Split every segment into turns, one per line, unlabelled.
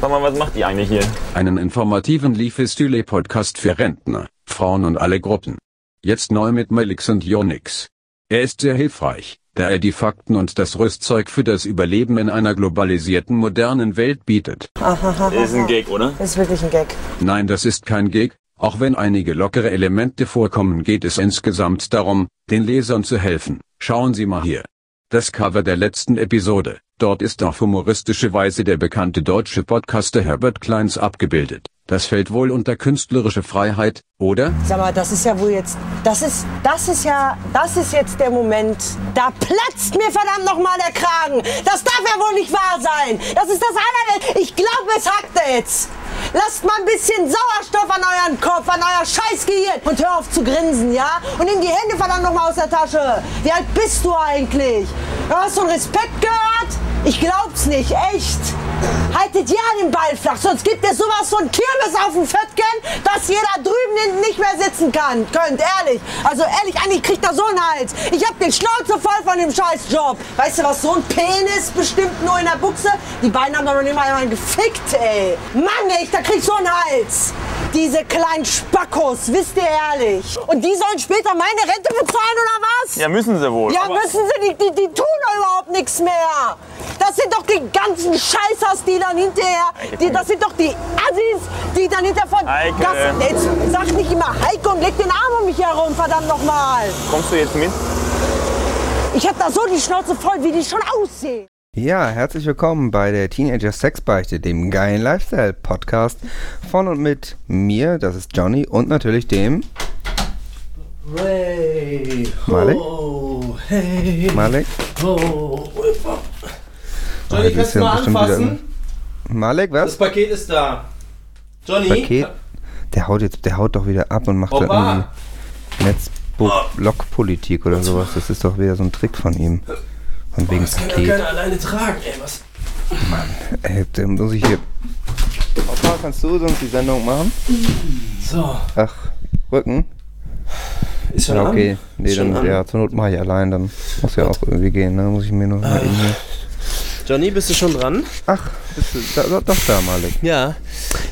Sag mal, was macht ihr eigentlich hier?
Einen informativen Liefestüle-Podcast für Rentner, Frauen und alle Gruppen. Jetzt neu mit Melix und Jonix. Er ist sehr hilfreich, da er die Fakten und das Rüstzeug für das Überleben in einer globalisierten modernen Welt bietet.
Ist ein Gag, oder?
Ist wirklich ein Gag.
Nein, das ist kein Gag, auch wenn einige lockere Elemente vorkommen, geht es insgesamt darum, den Lesern zu helfen. Schauen Sie mal hier. Das Cover der letzten Episode. Dort ist auf humoristische Weise der bekannte deutsche Podcaster Herbert Kleins abgebildet. Das fällt wohl unter künstlerische Freiheit, oder?
Sag mal, das ist ja wohl jetzt, das ist, das ist ja, das ist jetzt der Moment, da platzt mir verdammt nochmal der Kragen. Das darf ja wohl nicht wahr sein. Das ist das allerletzte. Ich glaube, es hackt jetzt. Lasst mal ein bisschen Sauerstoff an euren Kopf, an euer scheiß Gehirn und hör auf zu grinsen, ja? Und nimm die Hände verdammt nochmal aus der Tasche. Wie alt bist du eigentlich? Hast du einen Respekt gehört? Ich glaub's nicht, echt. Haltet ja den Ball flach, sonst gibt es sowas von Kirmes auf dem Viertgen, dass jeder drüben hinten nicht mehr sitzen kann. Könnt, ehrlich. Also ehrlich, eigentlich kriegt er so einen Hals. Ich hab den Schnauze voll von dem scheiß Job. Weißt du was, so ein Penis bestimmt nur in der Buchse. Die beiden haben doch noch nicht mal jemanden gefickt, ey. Mann, ey, da krieg ich so einen Hals. Diese kleinen Spackos, wisst ihr ehrlich. Und die sollen später meine Rente bezahlen oder was?
Ja, müssen sie wohl.
Ja,
aber-
müssen sie, die, die, die tun doch überhaupt nichts mehr. Das sind doch die ganzen Scheißers, die dann hinterher, die, das sind doch die Assis, die dann hinterher von...
Heike.
Das, jetzt sag nicht immer Heike und leg den Arm um mich herum, verdammt nochmal.
Kommst du jetzt mit?
Ich hab da so die Schnauze voll, wie die schon aussehen.
Ja, herzlich willkommen bei der Teenager Sexbeichte, dem geilen Lifestyle Podcast von und mit mir, das ist Johnny und natürlich dem
Hey.
Malik?
Oh, hey.
Malek.
Oh.
Oh,
Johnny,
das
kannst
ist
du
ja
mal
bestimmt wieder-
anfassen?
Malek,
Das
was?
Paket ist da. Johnny?
Paket? Der haut jetzt, der haut doch wieder ab und macht da
Opa?
irgendwie Netzblockpolitik oder sowas. Das ist doch wieder so ein Trick von ihm. Von wegen
Oh, Das kann ja
Paket.
keiner alleine tragen, ey. Was?
Ey, dann muss ich hier. Opa, kannst du sonst die Sendung machen?
So,
Ach, Rücken?
ist schon
Ja, okay.
an.
Nee,
Ist schon
dann,
an.
ja, zur Not mache ich allein, dann muss ja auch irgendwie gehen, ne? Muss ich mir noch mal
Ah.
eben hier.
Johnny, bist du schon dran?
Ach, bist du da, da, doch da, Malik.
Ja.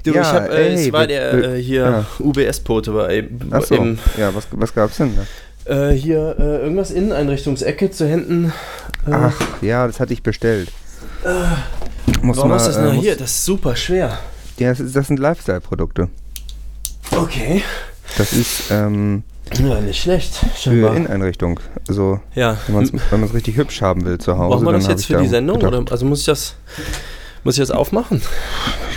Du,
Ja,
ich hab, äh,
ey,
es war
wir-
der
wir-
äh, hier UBS-Pote war eben,
Achso,
im,
ja, was, was gab's denn da?
äh, hier äh, irgendwas Inneneinrichtungsecke zu Händen. Äh,
Ach, ja, das hatte ich bestellt. Muss
Ah. warum
mal,
ist das
äh,
denn
muss-
hier? Das ist super schwer.
Ja, das, ist, das sind Lifestyle-Produkte.
Okay.
Das ist ähm,
Ja, nicht schlecht.
für
Scheinbar.
Inneneinrichtung. Also,
Ja.
wenn man es wenn man's richtig hübsch haben will zu Hause,
Brauchen wir
dann
das
hab
jetzt
ich
für
da
die Sendung?
gedacht,
Oder, also muss ich das, muss ich das aufmachen?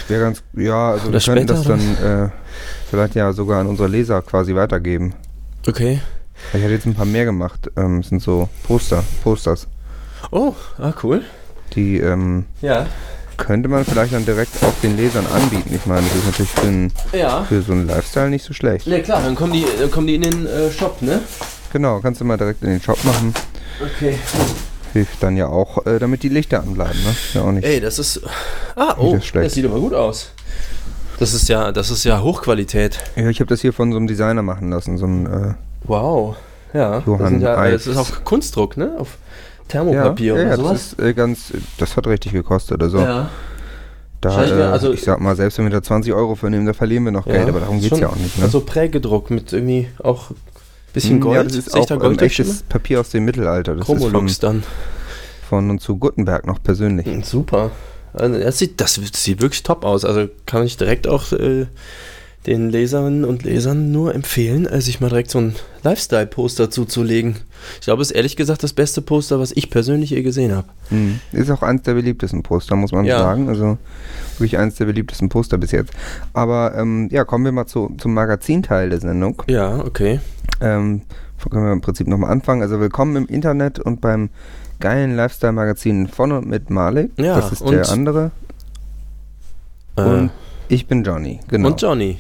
Wäre ganz, ja, also wir
Oder
können das
später,
dann äh, vielleicht ja sogar an unsere Leser quasi weitergeben.
Okay.
Ich hatte jetzt ein paar mehr gemacht. Ähm, es sind so Poster, Posters.
Oh, ah, cool.
Die ähm,
Ja.
könnte man vielleicht dann direkt auch den Lesern anbieten. Ich meine, das ist natürlich für einen
Ja.
Für so einen Lifestyle nicht so schlecht.
Ne, klar, dann kommen die, dann kommen die in den äh, Shop, ne?
Genau, kannst du mal direkt in den Shop machen.
Okay.
Hilft dann ja auch, äh, damit die Lichter anbleiben, ne? Ja, auch nicht.
Ey, das ist. Ah, oh,
das
das,
schlecht.
sieht aber gut aus. Das ist ja, das ist ja Hochqualität.
Ja, ich habe das hier von so einem Designer machen lassen, so einem äh,
Wow. Ja. das,
Johann
sind ja äh,
Eid.
das ist auch Kunstdruck, ne? Auf
ja,
Thermopapier
ja,
oder
ja,
sowas.
Das ist äh, ganz, das hat richtig gekostet. Also
Ja.
da,
Scheiße,
äh,
also-
ich sag mal, selbst wenn wir da 20 Euro für nehmen, da verlieren wir noch Geld, aber darum
ist
geht's
schon-
ja auch nicht. Ne?
Also prägedruckt mit irgendwie auch ein bisschen
Hm,
Gold.
ja, das ist
Sehe ich
auch
da
ähm,
Gold
echtes Papier aus dem Mittelalter. Das
Chromolux
ist
dann.
von, von und zu Gutenberg noch persönlich.
Hm, Super. Also das sieht, das sieht wirklich top aus. Also kann ich direkt auch äh, den Leserinnen und Lesern nur empfehlen, äh, sich mal direkt so ein Lifestyle-Poster zuzulegen. Ich glaube, es ist ehrlich gesagt das beste Poster, was ich persönlich je gesehen habe.
Mhm. Ist auch eins der beliebtesten Poster, muss man
Ja.
sagen. Also wirklich eins der beliebtesten Poster bis jetzt. Aber ähm, ja, kommen wir mal zu, zum Magazinteil der Sendung.
Ja, okay.
Ähm, können wir im Prinzip nochmal anfangen. Also willkommen im Internet und beim geilen Lifestyle-Magazin von und mit Malik.
Ja,
das ist
und-
der andere.
Äh,
Und ich bin Johnny, genau.
Und Johnny.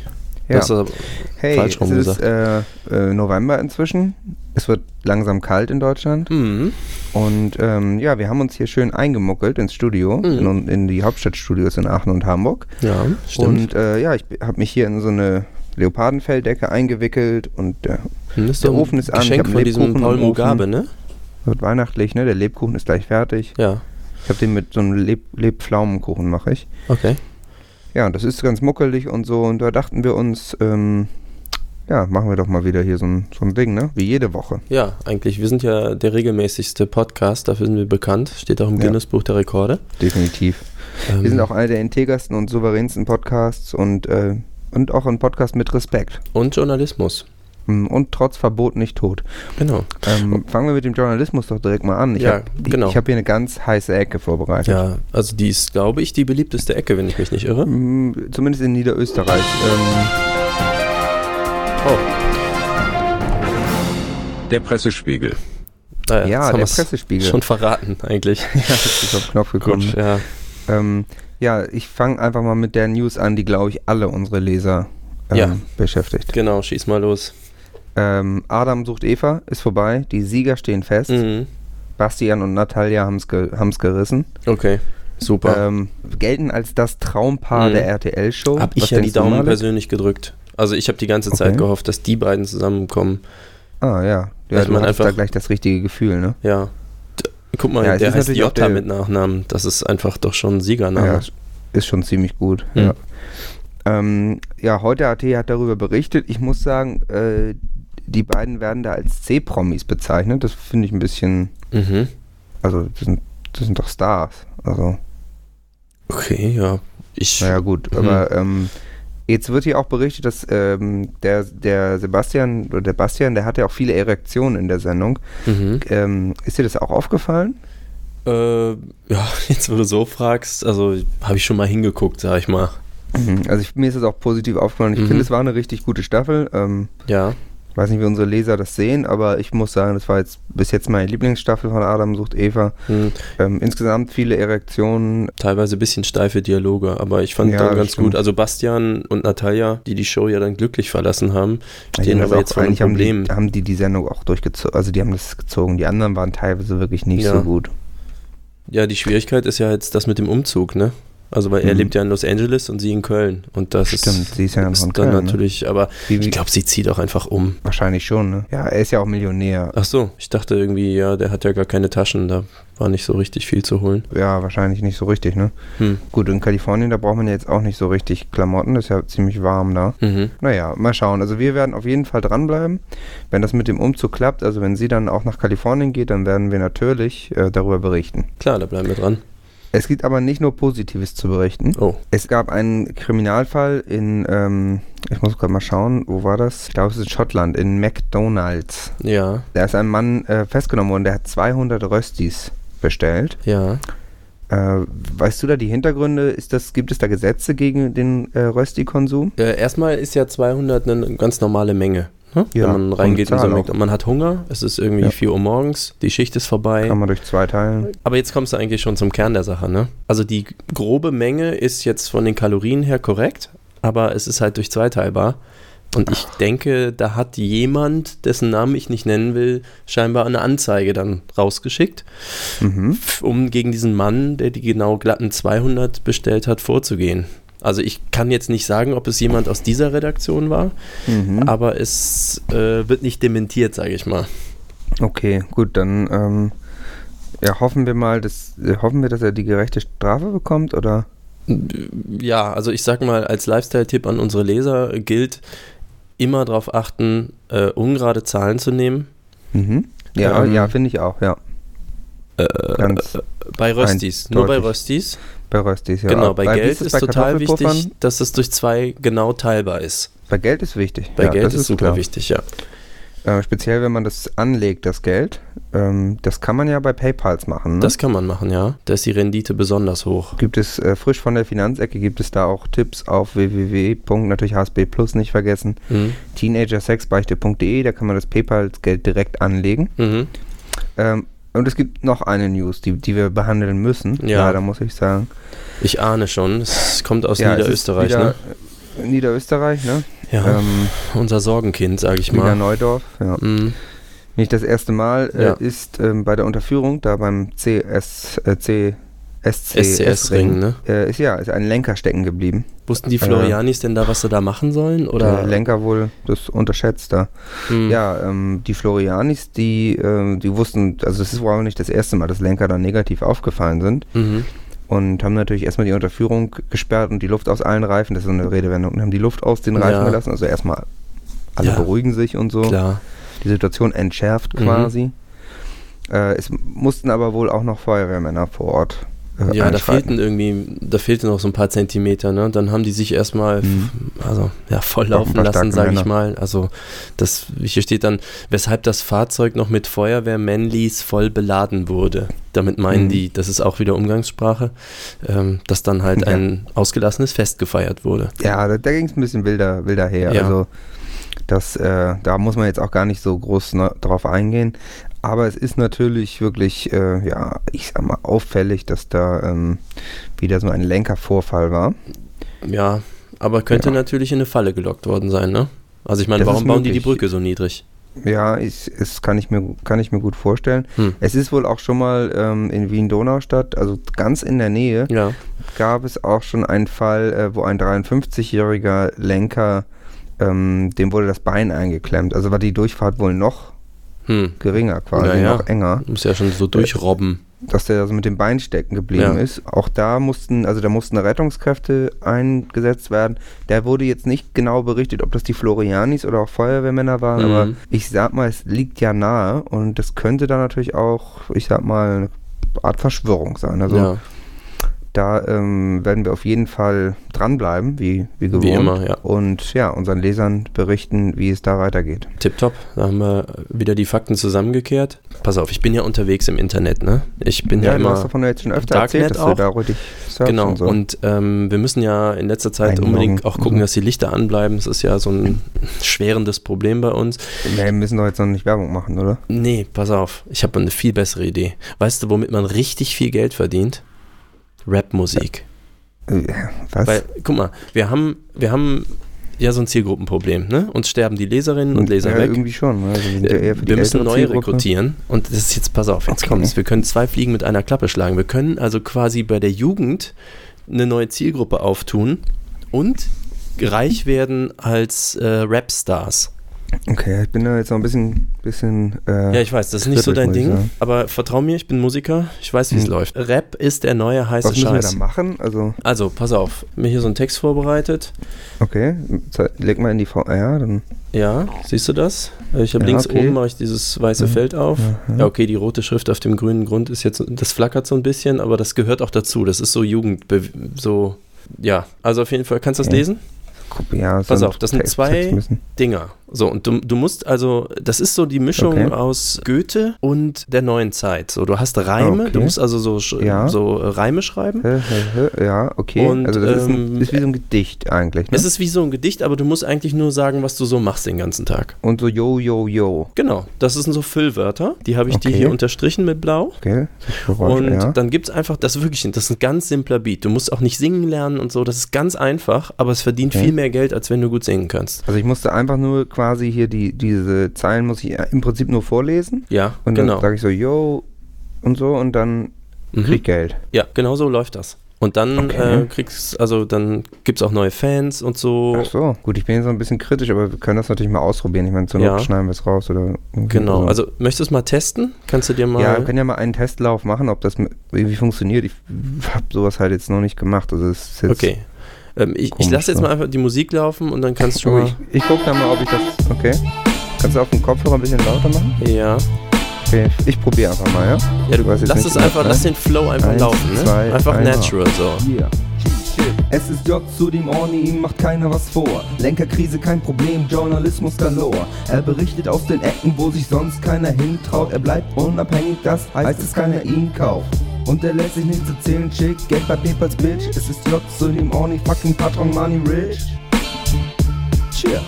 ja.
Das ist aber-
hey,
falsch rum
es ist äh, äh, November inzwischen. Es wird langsam kalt in Deutschland.
Mhm.
Und ähm, ja, wir haben uns hier schön eingemuckelt ins Studio,
Mhm.
in, un- in die Hauptstadtstudios in Aachen und Hamburg.
Ja, stimmt.
Und äh, ja, ich habe mich hier in so eine Leopardenfelldecke eingewickelt und äh,
Und Hm, das
der
doch ein
Ofen ist an, ich
Geschenk
hab
von diesem
Lebkuchen
Paul
am Ofen.
Mugabe, ne?
wird weihnachtlich, ne? Der Lebkuchen ist gleich fertig.
Ja,
Ich habe den mit so einem Leb Lebpflaumenkuchen mache ich.
okay.
Ja, und das ist ganz muckelig und so. Und da dachten wir uns, ähm, ja, machen wir doch mal wieder hier so ein, so ein Ding, ne? Wie jede Woche.
Ja, eigentlich. Wir sind ja der regelmäßigste Podcast, dafür sind wir bekannt. Steht auch im
Ja.
Guinness-Buch der Rekorde.
Definitiv.
Ähm,
Wir sind auch einer der integersten und souveränsten Podcasts und, äh, und auch ein Podcast mit Respekt.
und Journalismus.
Mm, Und trotz Verbot nicht tot.
Genau.
Ähm, fangen wir mit dem Journalismus doch direkt mal an. Ich
Ja,
hab,
genau.
Ich habe hier eine ganz heiße Ecke vorbereitet.
Ja, also die ist, glaube ich, die beliebteste Ecke, wenn ich mich nicht irre.
Mm, Zumindest in Niederösterreich. Ähm,
Der Pressespiegel.
Ja,
Naja, Ah jetzt haben
der
wir's
Pressespiegel.
Schon verraten, eigentlich.
das ist auf den Knopf gekommen.
Gut, ja.
Ähm, ja, ich fange einfach mal mit der News an, die, glaube ich, alle unsere Leser ähm,
Ja.
beschäftigt.
Genau, schieß mal los.
Ähm, Adam sucht Eva, ist vorbei. Die Sieger stehen fest.
Mhm.
Bastian und Natalia haben es ge haben's gerissen.
Okay, super.
Ähm, gelten als das Traumpaar
Mhm.
der RTL-Show.
hab ich
Was
ja die
denkst du,
Daumen
Malik?
persönlich gedrückt. Also ich habe die ganze Zeit
Okay.
gehofft, dass die beiden zusammenkommen.
Ah, ja. Ja,
Ich
du
mein
hast
einfach-
da gleich das richtige Gefühl, ne?
Ja. D- Guck mal,
Ja, es
der
ist
heißt
natürlich auch
Jota
der-
mit Nachnamen. Das ist einfach doch schon ein Siegername.
Ja, ist schon ziemlich gut.
Hm.
Ja. Ähm, ja, heute AT hat darüber berichtet. Ich muss sagen, äh, die beiden werden da als C-Promis bezeichnet. Das finde ich ein bisschen,
Mhm.
also das sind, das sind doch Stars. Also,
Okay, ja. Ich.
naja
Mhm.
gut, aber ähm, jetzt wird hier auch berichtet, dass ähm, der, der Sebastian, oder der Bastian, der hatte ja auch viele Erektionen in der Sendung.
Mhm.
Ähm, ist dir das auch aufgefallen?
Äh, ja, jetzt wo du so fragst, also habe ich schon mal hingeguckt, sag ich mal.
Mhm. Also ich, mir ist das auch positiv aufgefallen. Ich
Mhm.
finde, es war eine richtig gute Staffel. Ähm,
Ja.
Ich weiß nicht, wie unsere Leser das sehen, aber ich muss sagen, das war jetzt bis jetzt meine Lieblingsstaffel von Adam sucht Eva.
Hm.
Ähm, insgesamt viele Erektionen.
Teilweise ein bisschen steife Dialoge, aber ich fand
Ja,
dann
das
ganz
stimmt.
gut. Also Bastian und Natalia, die die Show ja dann glücklich verlassen haben, stehen
das
aber
auch-
jetzt vor einem
eigentlich haben
Problem.
die, haben die die Sendung auch durchgezogen. Also die haben das gezogen. Die anderen waren teilweise wirklich nicht
Ja.
so gut.
Ja, die Schwierigkeit ist ja jetzt das mit dem Umzug, ne? Also weil er
Mhm.
lebt ja in Los Angeles und sie in Köln und das
Stimmt,
ist,
sie ist ja
ist
von
dann
Köln, ne?
natürlich, aber
Wie,
ich glaube, sie zieht auch einfach um.
wahrscheinlich schon, ne? Ja, er ist ja auch Millionär.
Ach so, ich dachte irgendwie, ja, der hat ja gar keine Taschen, da war nicht so richtig viel zu holen.
Ja, wahrscheinlich nicht so richtig, ne?
Hm.
Gut, in Kalifornien, da braucht man ja jetzt auch nicht so richtig Klamotten. Das ist ja ziemlich warm da.
Mhm.
Naja, mal schauen. Also wir werden auf jeden Fall dranbleiben. Wenn das mit dem Umzug klappt, also wenn sie dann auch nach Kalifornien geht, dann werden wir natürlich äh, darüber berichten.
Klar, da bleiben wir dran.
Es gibt aber nicht nur Positives zu berichten.
Oh,
Es gab einen Kriminalfall in, ähm, ich muss gerade mal schauen, wo war das? Ich glaube, es ist in Schottland, in McDonalds.
ja,
Da ist ein Mann äh, festgenommen worden, der hat 200 Röstis bestellt.
ja.
Äh, weißt du da die Hintergründe? Ist das, gibt es da Gesetze gegen den äh, Rösti-Konsum?
Äh, erstmal ist ja 200 eine ganz normale Menge. Ne?
Ja,
Wenn man reingeht
und
und so
Zahl
merkt, man hat Hunger, es ist irgendwie
Ja.
4 Uhr morgens, die Schicht ist vorbei.
Kann man durch zwei teilen.
Aber jetzt kommst du eigentlich schon zum Kern der Sache, ne? Also die grobe Menge ist jetzt von den Kalorien her korrekt, aber es ist halt durch zwei teilbar. Und ich denke, da hat jemand, dessen Namen ich nicht nennen will, scheinbar eine Anzeige dann rausgeschickt,
Mhm.
um gegen diesen Mann, der die genau glatten 200 bestellt hat, vorzugehen. Also ich kann jetzt nicht sagen, ob es jemand aus dieser Redaktion war,
Mhm.
aber es äh, wird nicht dementiert, sage ich mal.
Okay, gut, dann ähm, ja, hoffen wir mal, dass äh, hoffen wir, dass er die gerechte Strafe bekommt oder
Ja, also ich sag mal, als Lifestyle-Tipp an unsere Leser gilt, immer darauf achten, äh, ungerade Zahlen zu nehmen.
mhm. ja,
Ähm, Äh,
ja, finde ich auch, ja. Ganz
Bei Röstis, nur bei
deutlich.
Röstis.
bei Röstis, ja.
genau, bei
wie
Geld ist,
es bei
total
Kartoffelpuffern?
wichtig, dass es durch zwei genau teilbar ist.
Bei Geld ist wichtig.
Bei
ja,
Geld
das
ist, super
klar.
wichtig, ja.
Äh, speziell, wenn man das anlegt, das Geld. Ähm, das kann man ja bei PayPals machen. Ne?
Das kann man machen, ja. Da ist die Rendite besonders hoch.
gibt es äh, frisch von der Finanzecke gibt es da auch Tipps auf www. natürlich HSB Plus nicht vergessen.
Mhm.
Teenagersexbeichte.de, da kann man das PayPal-Geld direkt anlegen.
Mhm.
Ähm, und es gibt noch eine News, die, die wir behandeln müssen.
Ja.
Leider muss ich sagen.
Ich ahne schon, es kommt aus
Ja, es ist
Niederösterreich,
wieder,
ne?
äh, Niederösterreich, ne?
Ja,
Ähm,
unser Sorgenkind, sag ich
Wiener
mal.
Neudorf, ja.
Mhm.
Nicht das erste Mal äh,
Ja.
ist ähm, bei der Unterführung, da beim CS, äh, C,
SCS-Ring,
SCS-Ring,
ne?
äh, ist ja, ist ein Lenker stecken geblieben.
Wussten die Florianis denn da, was sie da machen sollen? Oder?
Der Lenker wohl, das unterschätzt da.
Mhm.
Ja, ähm, die Florianis, die, ähm, die wussten, also es ist wohl auch nicht das erste Mal, dass Lenker da negativ aufgefallen sind.
Mhm.
und haben natürlich erstmal die Unterführung gesperrt und die Luft aus allen Reifen, das ist so eine Redewendung, und haben die Luft aus den Reifen
Ja.
gelassen, also erstmal alle
Ja.
beruhigen sich und so.
Klar.
Die Situation entschärft
Mhm.
quasi. Äh, es mussten aber wohl auch noch Feuerwehrmänner vor Ort. Äh,
Ja, da
einschreiten.
fehlten irgendwie, da fehlten noch so ein paar Zentimeter, ne? Dann haben die sich erstmal,
Mhm.
also ja, voll
Brauchen
laufen
paar
lassen,
starke
sage ich
Männer.
mal. Also das hier steht dann, weshalb das Fahrzeug noch mit Feuerwehrmännlis voll beladen wurde. Damit meinen
Mhm.
die, das ist auch wieder Umgangssprache, ähm, dass dann
Ja.
halt ein ausgelassenes Fest gefeiert wurde.
Ja, da, da ging es ein bisschen wilder, wilder her.
Ja.
Also das, äh, da muss man jetzt auch gar nicht so groß ne, drauf eingehen. Aber es ist natürlich wirklich, äh, ja, ich sag mal, auffällig, dass da ähm, wieder so ein Lenkervorfall war.
Ja, aber könnte
Ja.
natürlich in eine Falle gelockt worden sein, ne? Also ich meine,
Das
warum
ist
bauen die die
möglich.
Brücke so niedrig?
Ja, ich, es kann ich, mir, kann ich mir gut vorstellen.
Hm.
Es ist wohl auch schon mal ähm, in Wien-Donaustadt, also ganz in der Nähe,
Ja,
gab es auch schon einen Fall, äh, wo ein 53-jähriger Lenker, ähm, dem wurde das Bein eingeklemmt. Also war die Durchfahrt wohl noch
hm.
geringer quasi,
Ja, ja.
noch enger. Äh,
Muss ja schon so durchrobben.
dass der da so mit dem Bein stecken geblieben
Ja.
ist. Auch da mussten, also da mussten Rettungskräfte eingesetzt werden. Da wurde jetzt nicht genau berichtet, ob das die Florianis oder auch Feuerwehrmänner waren,
Mhm.
aber ich sag mal, es liegt ja nahe und das könnte dann natürlich auch, ich sag mal, eine Art Verschwörung sein. Also
ja,
da ähm, werden wir auf jeden Fall dranbleiben, wie, wie gewohnt.
wie immer, ja.
Und ja, unseren Lesern berichten, wie es da weitergeht.
Tipptopp, da haben wir wieder die Fakten zusammengekehrt. Pass auf, ich bin ja unterwegs im Internet, ne? Ich bin ja,
du hast
immer.
davon jetzt schon öfter
Darknet
erzählt, dass
auch.
du da richtig surfst
Genau,
und
und,
so.
ähm, wir müssen ja in letzter Zeit
Einloggen.
unbedingt auch gucken,
Mhm.
dass die Lichter anbleiben. Es ist ja so ein schwerendes Problem bei uns.
Nee, wir müssen doch jetzt noch nicht Werbung machen, oder?
Nee, pass auf, ich habe eine viel bessere Idee. Weißt du, womit man richtig viel Geld verdient? Rapmusik.
Äh, Was?
Weil, guck mal, wir haben, wir haben ja so ein Zielgruppenproblem, ne? Uns sterben die Leserinnen und Leser
Hm, ja,
weg.
irgendwie schon. Also wir sind ja eher
Äh,
für
Wir
die
müssen
ältere
neue
Zielgruppe.
rekrutieren und das ist jetzt, pass auf, jetzt
Okay.
kommt's. Wir können zwei Fliegen mit einer Klappe schlagen. Wir können also quasi bei der Jugend eine neue Zielgruppe auftun und reich werden als äh, Rapstars.
Okay, ich bin da jetzt noch ein bisschen, bisschen äh,
Ja, ich weiß, das ist nicht so
Kritisch,
dein
muss ich
Ding,
sagen.
aber vertrau mir, ich bin Musiker, ich weiß, wie es
Hm.
läuft. Rap ist der neue heiße
was müssen wir
Scheiß.
da machen? Also,
Also, pass auf, mir hier so einen Text vorbereitet.
okay, ze- leg mal in die VR, dann.
Ja, siehst du das? Äh, Ich habe
Ja,
links
okay.
oben mache ich dieses weiße Feld auf.
Mhm.
Ja, okay, die rote Schrift auf dem grünen Grund ist jetzt, das flackert so ein bisschen, aber das gehört auch dazu. Das ist so Jugend, so, ja. Also auf jeden Fall, kannst du das
Ja.
lesen?
Guck, ja, so
Pass
ein
auf, das sind
Text-
zwei-
Text müssen.
Dinger. So, und du, du musst also, das ist so die Mischung
Okay.
aus Goethe und der neuen Zeit. So, du hast Reime,
Okay.
du musst also so, sch-
Ja.
so äh, Reime schreiben.
Hä, hä, hä, Ja, okay.
Und,
also, das ist,
ähm,
ein, ist wie so ein Gedicht eigentlich. Ne?
Es ist wie so ein Gedicht, aber du musst eigentlich nur sagen, was du so machst den ganzen Tag.
Und so, yo, yo, yo.
Genau, das sind so Füllwörter. Die habe ich dir
Okay.
hier unterstrichen mit Blau.
Okay, das Geräusch,
Und
ja.
dann gibt es einfach, das ist wirklich, das ist ein ganz simpler Beat. Du musst auch nicht singen lernen und so, das ist ganz einfach, aber es verdient
Okay.
viel mehr Geld, als wenn du gut singen kannst.
Also, ich musste einfach nur quasi hier die, diese Zeilen, muss ich äh, im Prinzip nur vorlesen.
Ja,
Und
genau.
dann sage ich so, yo, und so, und dann krieg
Mhm.
ich Geld.
Ja, genau so läuft das. Und dann
Okay.
äh, kriegst, also dann gibt es auch neue Fans und so.
Ach so, gut, ich bin jetzt so ein bisschen kritisch, aber wir können das natürlich mal ausprobieren. Ich meine, zur Not
Ja.
schneiden wir es raus oder. irgendwie
Genau.
so.
Also möchtest du mal testen? Kannst du dir mal.
Mhm. ja, wir können ja mal einen Testlauf machen, ob das mit- irgendwie funktioniert. Ich habe sowas halt jetzt noch nicht gemacht. Also es ist jetzt
okay. Ähm, ich ich
Komisch,
lasse jetzt
ne?
mal einfach die Musik laufen und dann kannst du
Oh,
schon
ich, ich guck da mal, ob ich das. Okay. Kannst du auf dem Kopfhörer ein bisschen lauter machen?
mal. Ja.
Okay, ich probiere einfach mal, ja?
Ja, du
Ich weiß jetzt
lass
nicht,
es
wie das,
einfach,
ne?
lass den Flow einfach
Eins,
laufen, ne?
zwei,
einfach
einmal.
natural so.
Yeah. Es ist J zu dem Orni, ihm macht keiner was vor. Lenkerkrise kein Problem, Journalismus galore. Er berichtet aus den Ecken, wo sich sonst keiner hintraut. Er bleibt unabhängig, das heißt, dass keiner ihn kauft. Und er lässt sich nichts erzählen, schick Geld bei Papers Bitch. Es ist J zu dem Orni, fucking Patron Money Rich. Cheer.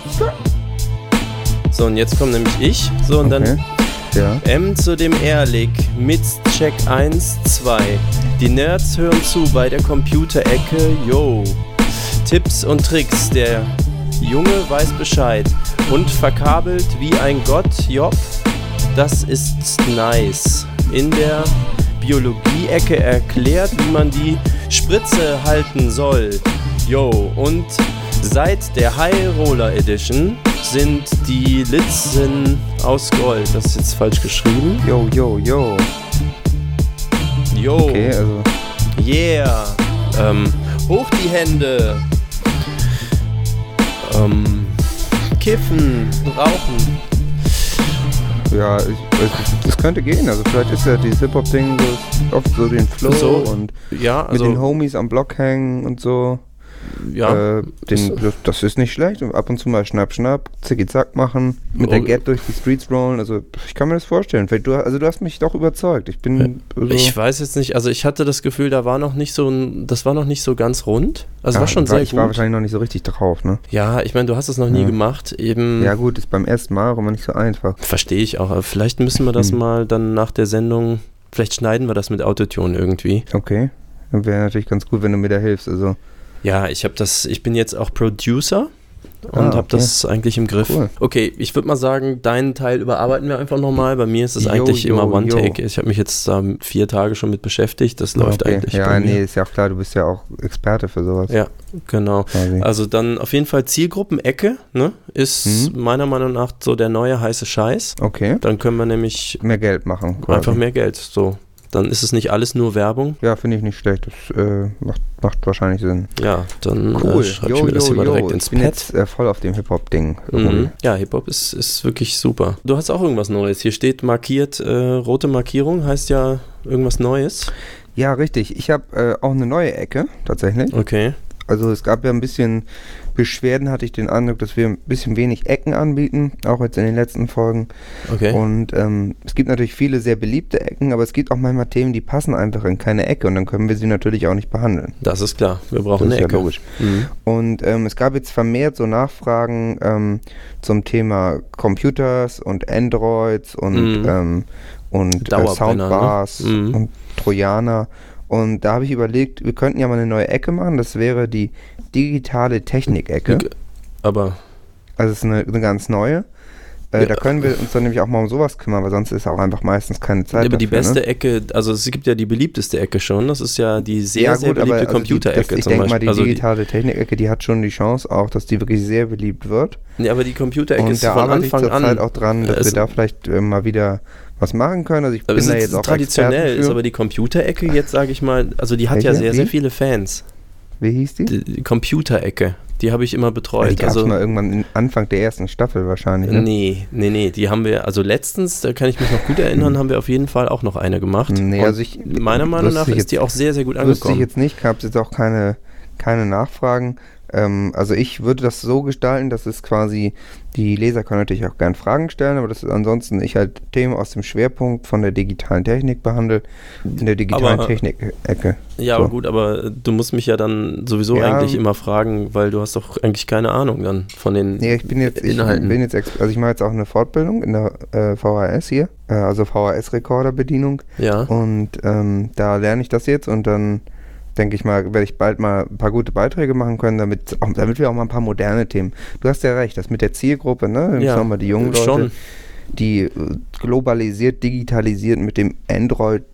So, und jetzt kommt nämlich ich. So, und dann
Okay. Ja.
M zu dem Ehrlich mit Check 1, 2. Die Nerds hören zu bei der Computerecke, yo. Tipps und Tricks, der Junge weiß Bescheid und verkabelt wie ein Gott, jopp. Das ist nice. In der Biologie-Ecke erklärt, wie man die Spritze halten soll. Yo, und seit der High Roller Edition sind die Litzen aus Gold. Das ist jetzt falsch geschrieben.
Yo, yo, yo.
Yo,
Okay, also.
Yeah. Ähm, hoch die Hände. Ähm, kiffen, rauchen.
Ja, ich, es, es könnte gehen. Also vielleicht ist ja dieses Hip-Hop-Ding so, oft so den Flow
So,
und
Ja, also
mit den Homies am Block hängen und so.
ja,
Äh, den, das, das ist nicht schlecht. Und ab und zu mal schnapp, schnapp, zicki, zack machen, mit der
Oh.
Gap durch die Streets rollen. Also ich kann mir das vorstellen. Vielleicht Du, also du hast mich doch überzeugt. Ich bin. Also,
Äh, Ich weiß jetzt nicht, also ich hatte das Gefühl, da war noch nicht so ein, das war noch nicht so ganz rund. Also
ja,
war schon
ich
sehr
Ich war
gut.
wahrscheinlich noch nicht so richtig drauf, ne?
ja, ich meine, du hast es noch nie
Ja.
gemacht. Eben
Ja, gut, ist beim ersten Mal aber nicht so einfach.
verstehe ich auch. aber Vielleicht müssen wir das
Hm.
mal dann nach der Sendung, vielleicht schneiden wir das mit Autotune irgendwie.
Okay. Dann Wäre natürlich ganz gut, wenn du mir da hilfst. Also,
Ja, ich habe das, ich bin jetzt auch Producer und
Ah,
habe das eigentlich im Griff.
Cool.
Okay, ich würde mal sagen, deinen Teil überarbeiten wir einfach nochmal. Bei mir ist es
Jo,
eigentlich
jo,
immer One
jo. Ah,
Take. Ich habe mich jetzt da vier Tage schon mit beschäftigt. Das läuft
okay.
eigentlich.
Ja,
bei mir.
nee, ist ja auch klar, du bist ja auch Experte für sowas.
Ja, genau.
Quasi.
Also dann auf jeden Fall Zielgruppenecke, ne? Ist
Mhm.
meiner Meinung nach so der neue heiße Scheiß.
Okay.
Dann können wir nämlich
Mehr Geld machen. quasi.
einfach mehr Geld. So. Dann ist es nicht alles nur Werbung.
Ja, finde ich nicht schlecht. Das äh, macht, macht wahrscheinlich Sinn.
Ja, dann äh, schreibe ich
Jo,
mir
jo,
das hier mal
jo.
direkt ins
ich bin
Pad.
jetzt äh, voll auf dem Hip-Hop-Ding.
Mhm. Ja, Hip-Hop ist, ist wirklich super. Du hast auch irgendwas Neues. Hier steht markiert, äh, rote Markierung heißt ja irgendwas Neues.
Ja, richtig. Ich habe äh, auch eine neue Ecke, tatsächlich.
Okay.
Also es gab ja ein bisschen Beschwerden, hatte ich den Eindruck, dass wir ein bisschen wenig Ecken anbieten, auch jetzt in den letzten Folgen.
Okay.
Und ähm, es gibt natürlich viele sehr beliebte Ecken, aber es gibt auch manchmal Themen, die passen einfach in keine Ecke und dann können wir sie natürlich auch nicht behandeln.
das ist klar. Wir brauchen
Das
eine
ist ja
Ecke.
logisch.
Mhm.
Und ähm, es gab jetzt vermehrt so Nachfragen ähm, zum Thema Computers und Androids und,
Mhm.
ähm, und äh,
Dauerbrenner,
Soundbars
ne? Mhm.
und Trojaner. Und da habe ich überlegt, wir könnten ja mal eine neue Ecke machen. Das wäre die digitale Technik-Ecke.
Aber
Also es ist eine, eine ganz neue. Äh, Da können wir uns dann nämlich auch mal um sowas kümmern, weil sonst ist auch einfach meistens keine Zeit.
aber die
dafür,
beste
ne?
Ecke, also es gibt ja die beliebteste Ecke schon. Das ist ja die sehr, sehr
also
beliebte
die- das-
Computerecke
Ich
zum
denke
Beispiel.
mal, die
also die,
digitale Technik-Ecke, die hat schon die Chance auch, dass die wirklich sehr beliebt wird.
nee, aber die Computerecke
Und
ist
da
Äh, von
arbeite ich
Anfang an.
zurzeit auch dran, dass wir
Äh, es-
da vielleicht äh, mal wieder was machen können. Also ich
aber
bin
es
da
ist
jetzt auch
traditionell,
Experte
ist
für.
aber die Computerecke jetzt, sage ich mal, also die hat ja
Welche?
sehr, sehr
Wie?
viele Fans.
Wie hieß die?
Die die Computerecke, die habe ich immer
Ja,
betreut.
die gab es
also,
mal irgendwann in- Anfang der ersten Staffel wahrscheinlich. Ne?
Nee, nee, nee, die haben wir, also letztens, da kann ich mich noch gut erinnern, haben wir auf jeden Fall auch noch eine gemacht.
Nee,
Und
also ich-
meiner Meinung
wüsste
nach
ich
ist die
jetzt-
auch sehr, sehr gut
Wüsste ich
angekommen.
jetzt nicht, gab es jetzt auch keine, keine Nachfragen. Ähm, also ich würde das so gestalten, dass es quasi, die Leser können natürlich auch gerne Fragen stellen, aber das ist ansonsten ich halt Themen aus dem Schwerpunkt von der digitalen Technik behandle, in der digitalen
Aber-
Technik-Ecke.
ja,
so.
aber gut, aber äh, du musst mich ja dann sowieso
Ja,
eigentlich
ähm,
immer fragen, weil du hast doch eigentlich keine Ahnung dann von den
Nee, ich bin jetzt, ich
Inhalten.
bin jetzt, ex- also ich mache jetzt auch eine Fortbildung in der äh, VHS hier, äh, also VHS-Rekorder-Bedienung
ja.
und ähm, da lerne ich das jetzt und dann denke ich mal, werde ich bald mal ein paar gute Beiträge machen können, damit, auch, damit wir auch mal ein paar moderne Themen. Du hast ja recht, das mit der Zielgruppe, ne? Wir
Ja,
müssen auch mal die jungen Leute,
schon.
die äh, globalisiert, digitalisiert mit dem Android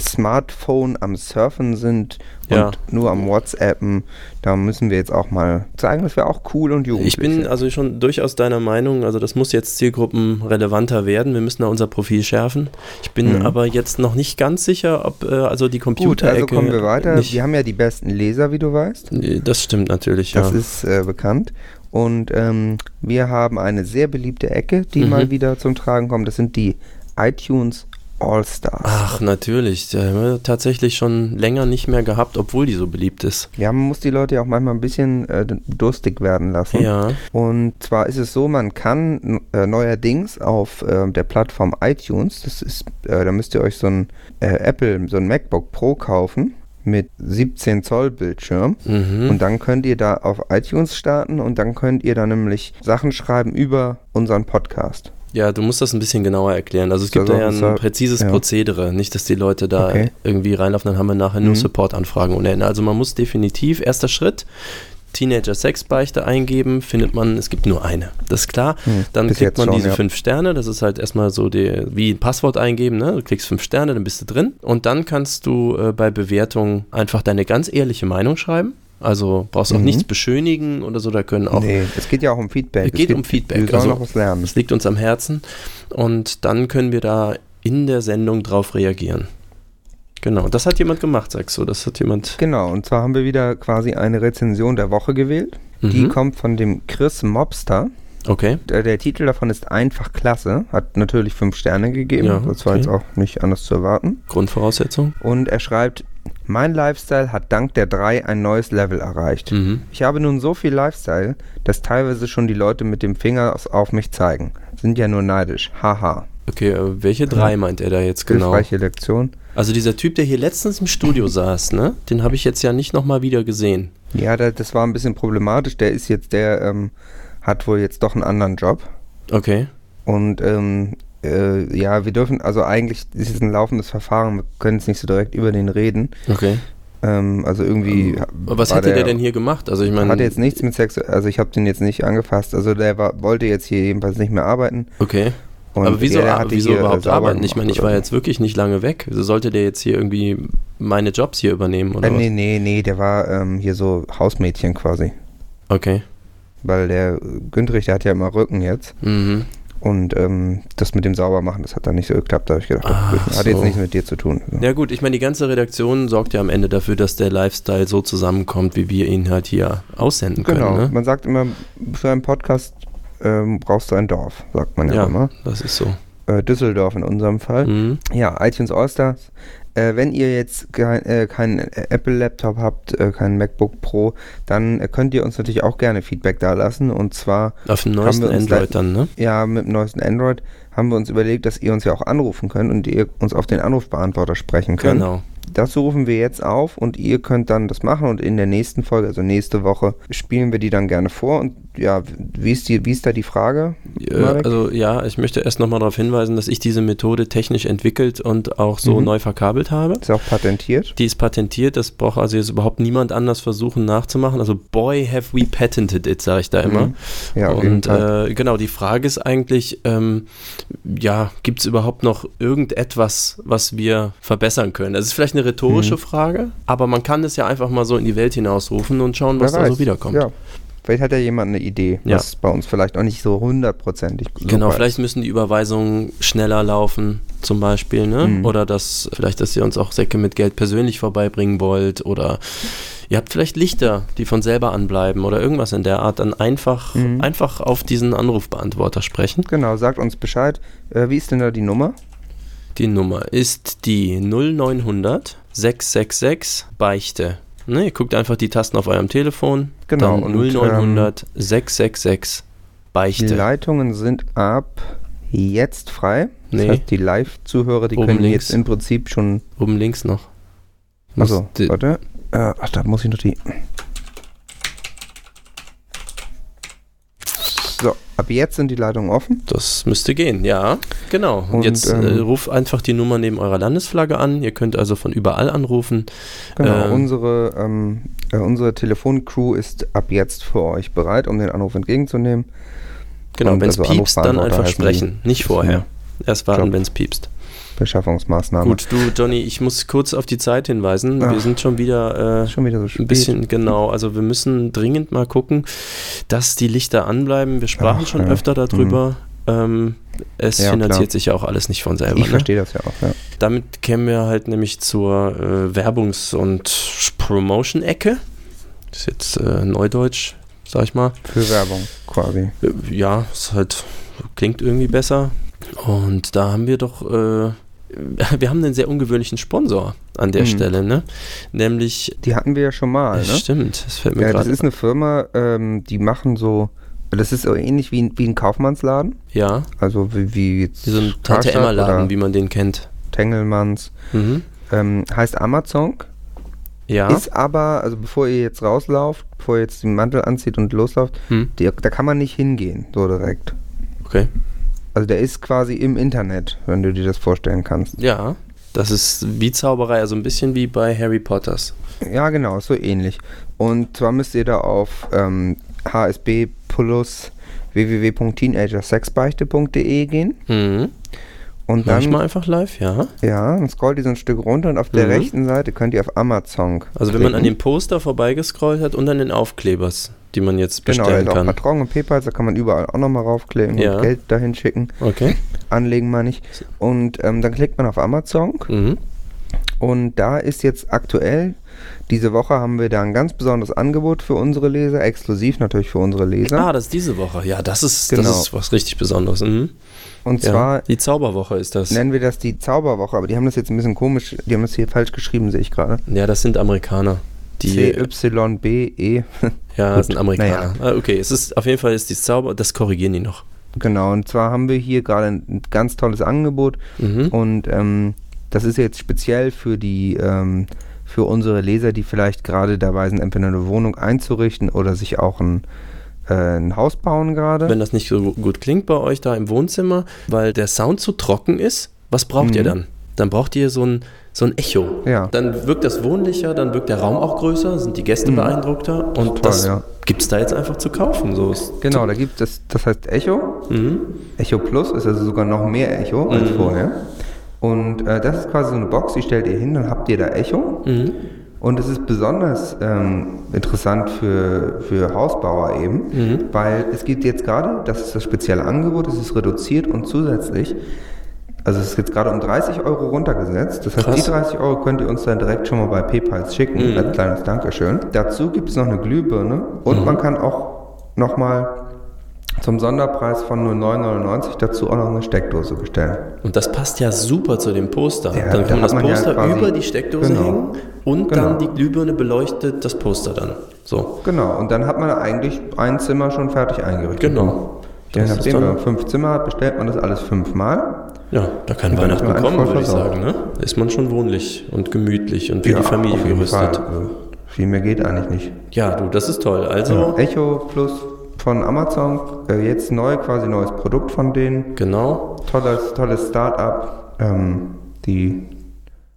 Smartphone am Surfen sind und
Ja.
nur am WhatsAppen, da müssen wir jetzt auch mal zeigen, dass wir auch cool und jugendlich
Ich bin
sind.
also schon durchaus deiner Meinung, also das muss jetzt zielgruppenrelevanter werden. Wir müssen da unser Profil schärfen. Ich bin aber jetzt noch nicht ganz sicher, ob äh, also die
Mhm. Gut,
Computerecke.
also kommen wir weiter.
Nicht,
wir haben ja die besten Leser, wie du weißt.
Nee, das stimmt natürlich, ja.
Das ist äh, bekannt. Und ähm, wir haben eine sehr beliebte Ecke, die
Mhm.
mal wieder zum Tragen kommt. Das sind die iTunes All-Stars.
Ach, natürlich. Die haben wir tatsächlich schon länger nicht mehr gehabt, obwohl die so beliebt ist.
Ja, man muss die Leute ja auch manchmal ein bisschen äh, durstig werden lassen.
Ja.
Und zwar ist es so, man kann äh, neuerdings auf äh, der Plattform iTunes, das ist, äh, da müsst ihr euch so ein äh, Apple, so ein MacBook Pro kaufen mit 17 Zoll Bildschirm.
Mhm.
Und dann könnt ihr da auf iTunes starten und dann könnt ihr da nämlich Sachen schreiben über unseren Podcast.
Ja, du musst das ein bisschen genauer erklären. Also es gibt
Also,
da ja ein
deshalb-
präzises
ja.
Prozedere. Nicht, dass die Leute da
Okay. Mhm.
irgendwie reinlaufen, dann haben wir nachher nur Support-Anfragen ohne Ende. Also man muss definitiv, erster Schritt, Teenager-Sexbeichte eingeben, findet man, es gibt nur eine. Das ist klar. Dann
Hm, bis
kriegt
jetzt
man
schon,
diese
ja.
fünf Sterne. Das ist halt erstmal so die, wie ein Passwort eingeben. Ne? Du klickst fünf Sterne, dann bist du drin. Und dann kannst du äh, bei Bewertung einfach deine ganz ehrliche Meinung schreiben. Also brauchst
Mhm.
auch nichts beschönigen oder so. Da können auch
Es geht ja auch um Feedback.
Oh. es geht um Feedback.
Wir sollen
also
noch was lernen.
Es liegt uns am Herzen. Und dann können wir da in der Sendung drauf reagieren. Genau, das hat jemand gemacht, sagst du. Das hat jemand.
Genau, und zwar haben wir wieder quasi eine Rezension der Woche gewählt. Die
Mhm.
kommt von dem Chris Mobster.
Okay.
Der, der Titel davon ist einfach klasse. Hat natürlich fünf Sterne gegeben.
Ja,
das war
okay.
jetzt auch nicht anders zu erwarten.
Grundvoraussetzung.
Und er schreibt, mein Lifestyle hat dank der drei ein neues Level erreicht.
Mhm.
Ich habe nun so viel Lifestyle, dass teilweise schon die Leute mit dem Finger aus- auf mich zeigen. Sind ja nur neidisch. Haha.
Okay, äh, welche drei meint er da jetzt genau?
Hilfreiche Lektion.
Also dieser Typ, der hier letztens im Studio saß, ne? Den habe ich jetzt ja nicht nochmal wieder gesehen.
Ja, da, das war ein bisschen problematisch. Der ist jetzt, der ähm, hat wohl jetzt doch einen anderen Job.
Okay.
Und ähm, äh, ja, wir dürfen, also eigentlich ist es ein laufendes Verfahren. Wir können jetzt nicht so direkt über den reden.
Okay.
Ähm, also irgendwie.
Aber was
war
hätte der, denn hier gemacht? Also ich meine.
Hat jetzt nichts mit Sex, also ich habe den jetzt nicht angefasst. Also der war, wollte jetzt hier jedenfalls nicht mehr arbeiten.
Okay.
Und
Aber wieso,
er
ar-
hat die
wieso
hier, äh,
überhaupt
sauber
arbeiten? Ich meine,
gemacht
ich war
oder
jetzt wirklich nicht lange weg. Also Sollte der jetzt hier irgendwie meine Jobs hier übernehmen
so. Äh,
oder
nee, nee, nee, der war ähm, hier so Hausmädchen quasi.
was? Okay.
Weil der äh, Güntrich, der hat ja immer Rücken jetzt.
Mhm.
Und ähm, das mit dem Saubermachen, das hat dann nicht so geklappt. Da habe ich gedacht,
Ach
das hat
so.
jetzt nichts mit dir zu tun. So.
Ja gut, ich meine, die ganze Redaktion sorgt ja am Ende dafür, dass der Lifestyle so zusammenkommt, wie wir ihn halt hier aussenden
genau,
können. Ne?
man sagt immer, für einen Podcast ähm, brauchst du ein Dorf, sagt man ja,
Ja.
immer.
Das ist so.
Äh, Düsseldorf in unserem Fall.
Mhm.
Ja, iTunes Allstars. Äh, wenn ihr jetzt kein, äh, keinen Apple-Laptop habt, äh, keinen MacBook Pro, dann äh, könnt ihr uns natürlich auch gerne Feedback da lassen. Und zwar,
Auf dem
Haben
neuesten
wir uns
Android
gleich-
dann, ne?
ja, mit dem neuesten Android haben wir uns überlegt, dass ihr uns ja auch anrufen könnt und ihr uns auf den Anrufbeantworter sprechen könnt.
Genau.
Dazu rufen wir jetzt auf und ihr könnt dann das machen und in der nächsten Folge, also nächste Woche, spielen wir die dann gerne vor. Und ja, wie ist, die, wie ist da die Frage?
Äh,
Marek?
also ja, ich möchte erst nochmal darauf hinweisen, dass ich diese Methode technisch entwickelt und auch so
Mhm.
neu verkabelt habe.
Ist auch patentiert.
Die ist patentiert, das braucht also jetzt überhaupt niemand anders versuchen nachzumachen. Also boy have we patented it, sage ich da immer.
Mhm. Ja, auf jeden
und
Fall.
äh, genau, die Frage ist eigentlich, ähm, ja, gibt es überhaupt noch irgendetwas, was wir verbessern können? Das ist vielleicht eine rhetorische
Mhm.
Frage, aber man kann es ja einfach mal so in die Welt hinausrufen und schauen, was
Wer
da
weiß.
so wiederkommt.
Ja. Vielleicht hat ja jemand eine Idee,
Ja.
was bei uns vielleicht auch nicht so hundertprozentig
Genau,
super
vielleicht müssen die Überweisungen schneller laufen, zum Beispiel, ne?
Mhm.
Oder dass vielleicht, dass ihr uns auch Säcke mit Geld persönlich vorbeibringen wollt oder ihr habt vielleicht Lichter, die von selber anbleiben oder irgendwas in der Art, dann einfach,
Mhm.
einfach auf diesen Anrufbeantworter sprechen.
ist. Genau, sagt uns Bescheid. Äh, wie ist denn da die Nummer?
Die Nummer ist die 0900 666 Beichte. Ne, ihr guckt einfach die Tasten auf eurem Telefon.
Genau,
Dann
und,
0900
Die
666 Beichte.
Leitungen sind ab jetzt frei. Das
Nee.
heißt, die Live-Zuhörer, die
Oben
können
links.
jetzt im Prinzip schon.
Oben links noch.
Achso,
Musste-
warte. Äh, ach, da muss ich noch die. So, ab jetzt sind die Leitungen offen.
Das müsste gehen, ja. Genau. Und
Und,
jetzt äh,
ähm,
ruft einfach die Nummer neben eurer Landesflagge an. Ihr könnt also von überall anrufen.
Genau,
Ähm,
unsere, ähm, äh, unsere Telefoncrew ist ab jetzt für euch bereit, um den Anruf entgegenzunehmen.
Genau,
Und
wenn es
also
piepst, dann
Anrufbeantworter
einfach
heißen
sprechen. Nicht vorher. Erst warten,
Job.
wenn es piepst.
Beschaffungsmaßnahme.
Gut, du, Johnny, ich muss kurz auf die Zeit hinweisen. Wir
Ach.
sind schon wieder äh,
Ist schon wieder so spät.
ein bisschen genau. Also wir müssen dringend mal gucken, dass die Lichter anbleiben. Wir sprachen
Ach,
schon
ja. Mhm.
öfter darüber. Ähm, es
Ja,
finanziert
klar.
sich ja auch alles nicht von selber.
ich
ne?
verstehe das ja auch, ja.
Damit kämen wir halt nämlich zur äh, Werbungs- und Promotion-Ecke. Das ist jetzt äh, Neudeutsch, sag ich mal.
Für Werbung quasi.
Äh, ja, ist halt, klingt irgendwie besser. Und da haben wir doch, äh, wir haben einen sehr ungewöhnlichen Sponsor an der
Mhm.
Stelle, ne? Nämlich, äh,
Die hatten wir ja schon mal, ne?
stimmt, das fällt mir
Ja, das
gerade.
ist eine Firma, ähm, die machen so, das ist so ähnlich wie, ein- wie ein Kaufmannsladen,
Ja,
also wie, wie jetzt
wie so ein
Karstadt
Tante-Emma-Laden,
oder
wie man den kennt.
Tengelmanns,
Mhm.
ähm, heißt Amazon,
Ja,
ist aber, also bevor ihr jetzt rauslauft, bevor ihr jetzt den Mantel anzieht und loslauft,
Hm.
die, da kann man nicht hingehen, so direkt.
okay.
Also der ist quasi im Internet, wenn du dir das vorstellen kannst.
Ja, das ist wie Zauberei, also ein bisschen wie bei Harry Potters.
Ja, genau, so ähnlich. Und zwar müsst ihr da auf ähm, hsb plus www.teenagersexbeichte.de E gehen
Mhm.
und dann
Manchmal einfach live, ja.
ja, dann scrollt ihr so ein Stück runter und auf der
Mhm.
rechten Seite könnt ihr auf Amazon.
Also wenn man an dem
klicken.
Poster vorbeigescrollt hat und an den Aufklebers, die man jetzt
genau, da
bestellen
ist auch
kann.
Patron und PayPal, da kann man überall auch nochmal raufklicken
Ja.
und Geld dahin schicken,
Okay.
anlegen meine ich. Und ähm, dann klickt man auf Amazon
Mhm.
Und da ist jetzt aktuell, diese Woche haben wir da ein ganz besonderes Angebot für unsere Leser, exklusiv natürlich für unsere Leser.
Ah, das ist diese Woche. Ja, das ist,
Genau.
das ist was richtig Besonderes. Mhm.
Und
Ja.
zwar
die Zauberwoche ist das.
nennen wir das die Zauberwoche, aber die haben das jetzt ein bisschen komisch, die haben das hier falsch geschrieben, sehe ich gerade.
Ja, das sind Amerikaner. Die,
C-Y-B-E.
ja, das sind Amerikaner.
naja.
Ah, okay, es ist auf jeden Fall ist die Zauber, das korrigieren die noch.
Genau, und zwar haben wir hier gerade ein ein ganz tolles Angebot
Mhm.
und ähm, das ist jetzt speziell für die ähm, für unsere Leser, die vielleicht gerade dabei sind, entweder eine Wohnung einzurichten oder sich auch ein, äh, ein Haus bauen gerade.
Wenn das nicht so gu- gut klingt bei euch da im Wohnzimmer, weil der Sound zu trocken ist, was braucht ihr dann? Dann braucht ihr so ein, so ein Echo.
Mhm. Ja.
Dann wirkt das wohnlicher, dann wirkt der Raum auch größer, sind die Gäste beeindruckter und das
Mhm. ja.
gibt es da jetzt einfach zu kaufen. So ist
Genau, da gibt es, das heißt Echo. Echo Plus ist also sogar noch mehr Echo als vorher. Und äh, das ist quasi so eine Box, die stellt ihr hin, dann habt ihr da Echo. Und es ist besonders ähm, interessant für, für Hausbauer eben, weil es gibt jetzt gerade, das ist das spezielle Angebot, es ist reduziert und zusätzlich, also es ist jetzt gerade um 30 Euro runtergesetzt. Das heißt,
Krass. Mhm.
die 30 Euro könnt ihr uns dann direkt schon mal bei PayPal schicken, als kleines Dankeschön. Dazu gibt es noch eine Glühbirne
Mhm.
und man kann auch nochmal zum Sonderpreis von nur 9,99 dazu auch noch eine Steckdose bestellen.
Und das passt ja super zu dem Poster.
Ja, da
dann kann man
hat
das
man ja
Poster
quasi-
über die Steckdose
Genau.
hängen und
Genau.
dann die Glühbirne beleuchtet das Poster dann. So.
Genau, und dann hat man eigentlich ein Zimmer schon fertig eingerichtet.
Genau.
Je
Das ist
nachdem,
dann-
wenn man fünf Zimmer hat, bestellt man das alles fünfmal.
Ja, da kann
Ja,
Weihnachten
ja, ein
kommen, würde ich
Vollversorgung.
sagen. Ne? Da ist man schon wohnlich und gemütlich und für die Familie
auf jeden
gerüstet.
Fall. Also, viel mehr geht eigentlich nicht.
Ja, du, das ist toll. Also,
Echo Plus von Amazon, äh, jetzt neu, quasi neues Produkt von denen.
genau.
Tolles, tolles Start-up. Ähm, die,